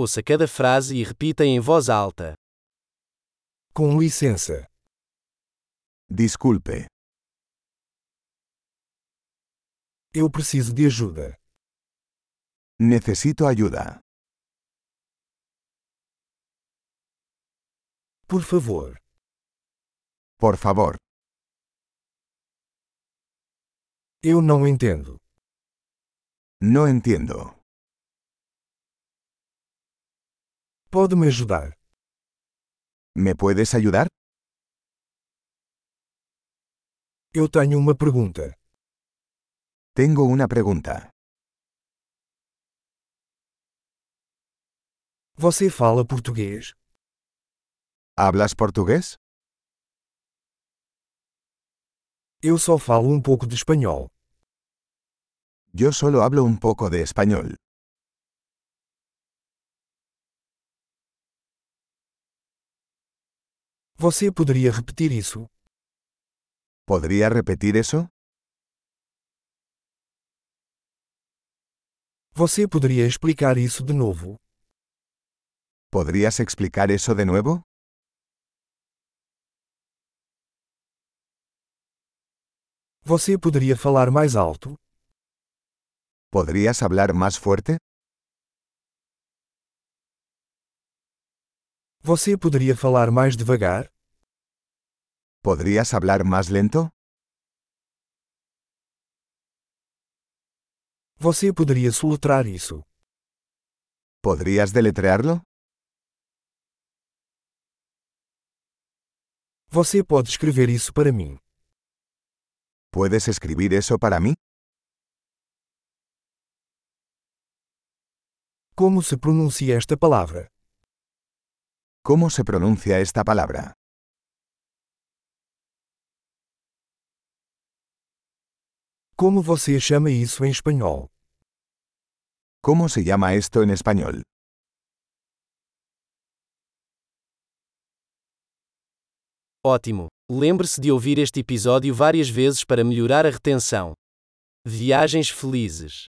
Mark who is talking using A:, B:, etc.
A: Ouça cada frase e repita em voz alta.
B: Com licença.
C: Disculpe,
B: Eu preciso de ajuda.
C: necesito ayuda.
B: Por favor.
C: Por favor,
B: Eu não entendo.
C: no entiendo.
B: Pode me ajudar?
C: ¿Me puedes ayudar?
B: Eu tenho uma pergunta.
C: Tengo una pregunta.
B: Você fala português?
C: ¿Hablas portugués?
B: Eu só falo um pouco de espanhol.
C: Yo solo hablo un poco de español.
B: Você poderia repetir isso?
C: ¿Podría repetir eso?
B: Você poderia explicar isso de novo?
C: ¿Podrías explicar eso de nuevo?
B: Você poderia falar mais alto?
C: ¿Podrías hablar más fuerte?
B: Você poderia falar mais devagar?
C: ¿Podrías hablar más lento?
B: Você poderia soletrar isso?
C: ¿Podrías deletrearlo?
B: Você pode escrever isso para mim?
C: ¿Puedes escribir eso para mí?
B: Como se pronuncia esta palavra?
C: ¿Cómo se pronuncia esta palabra?
B: Como você chama isso em espanhol?
C: ¿Cómo se llama esto en español?
A: Ótimo! Lembre-se de ouvir este episódio várias vezes para melhorar a retenção. Viagens felizes!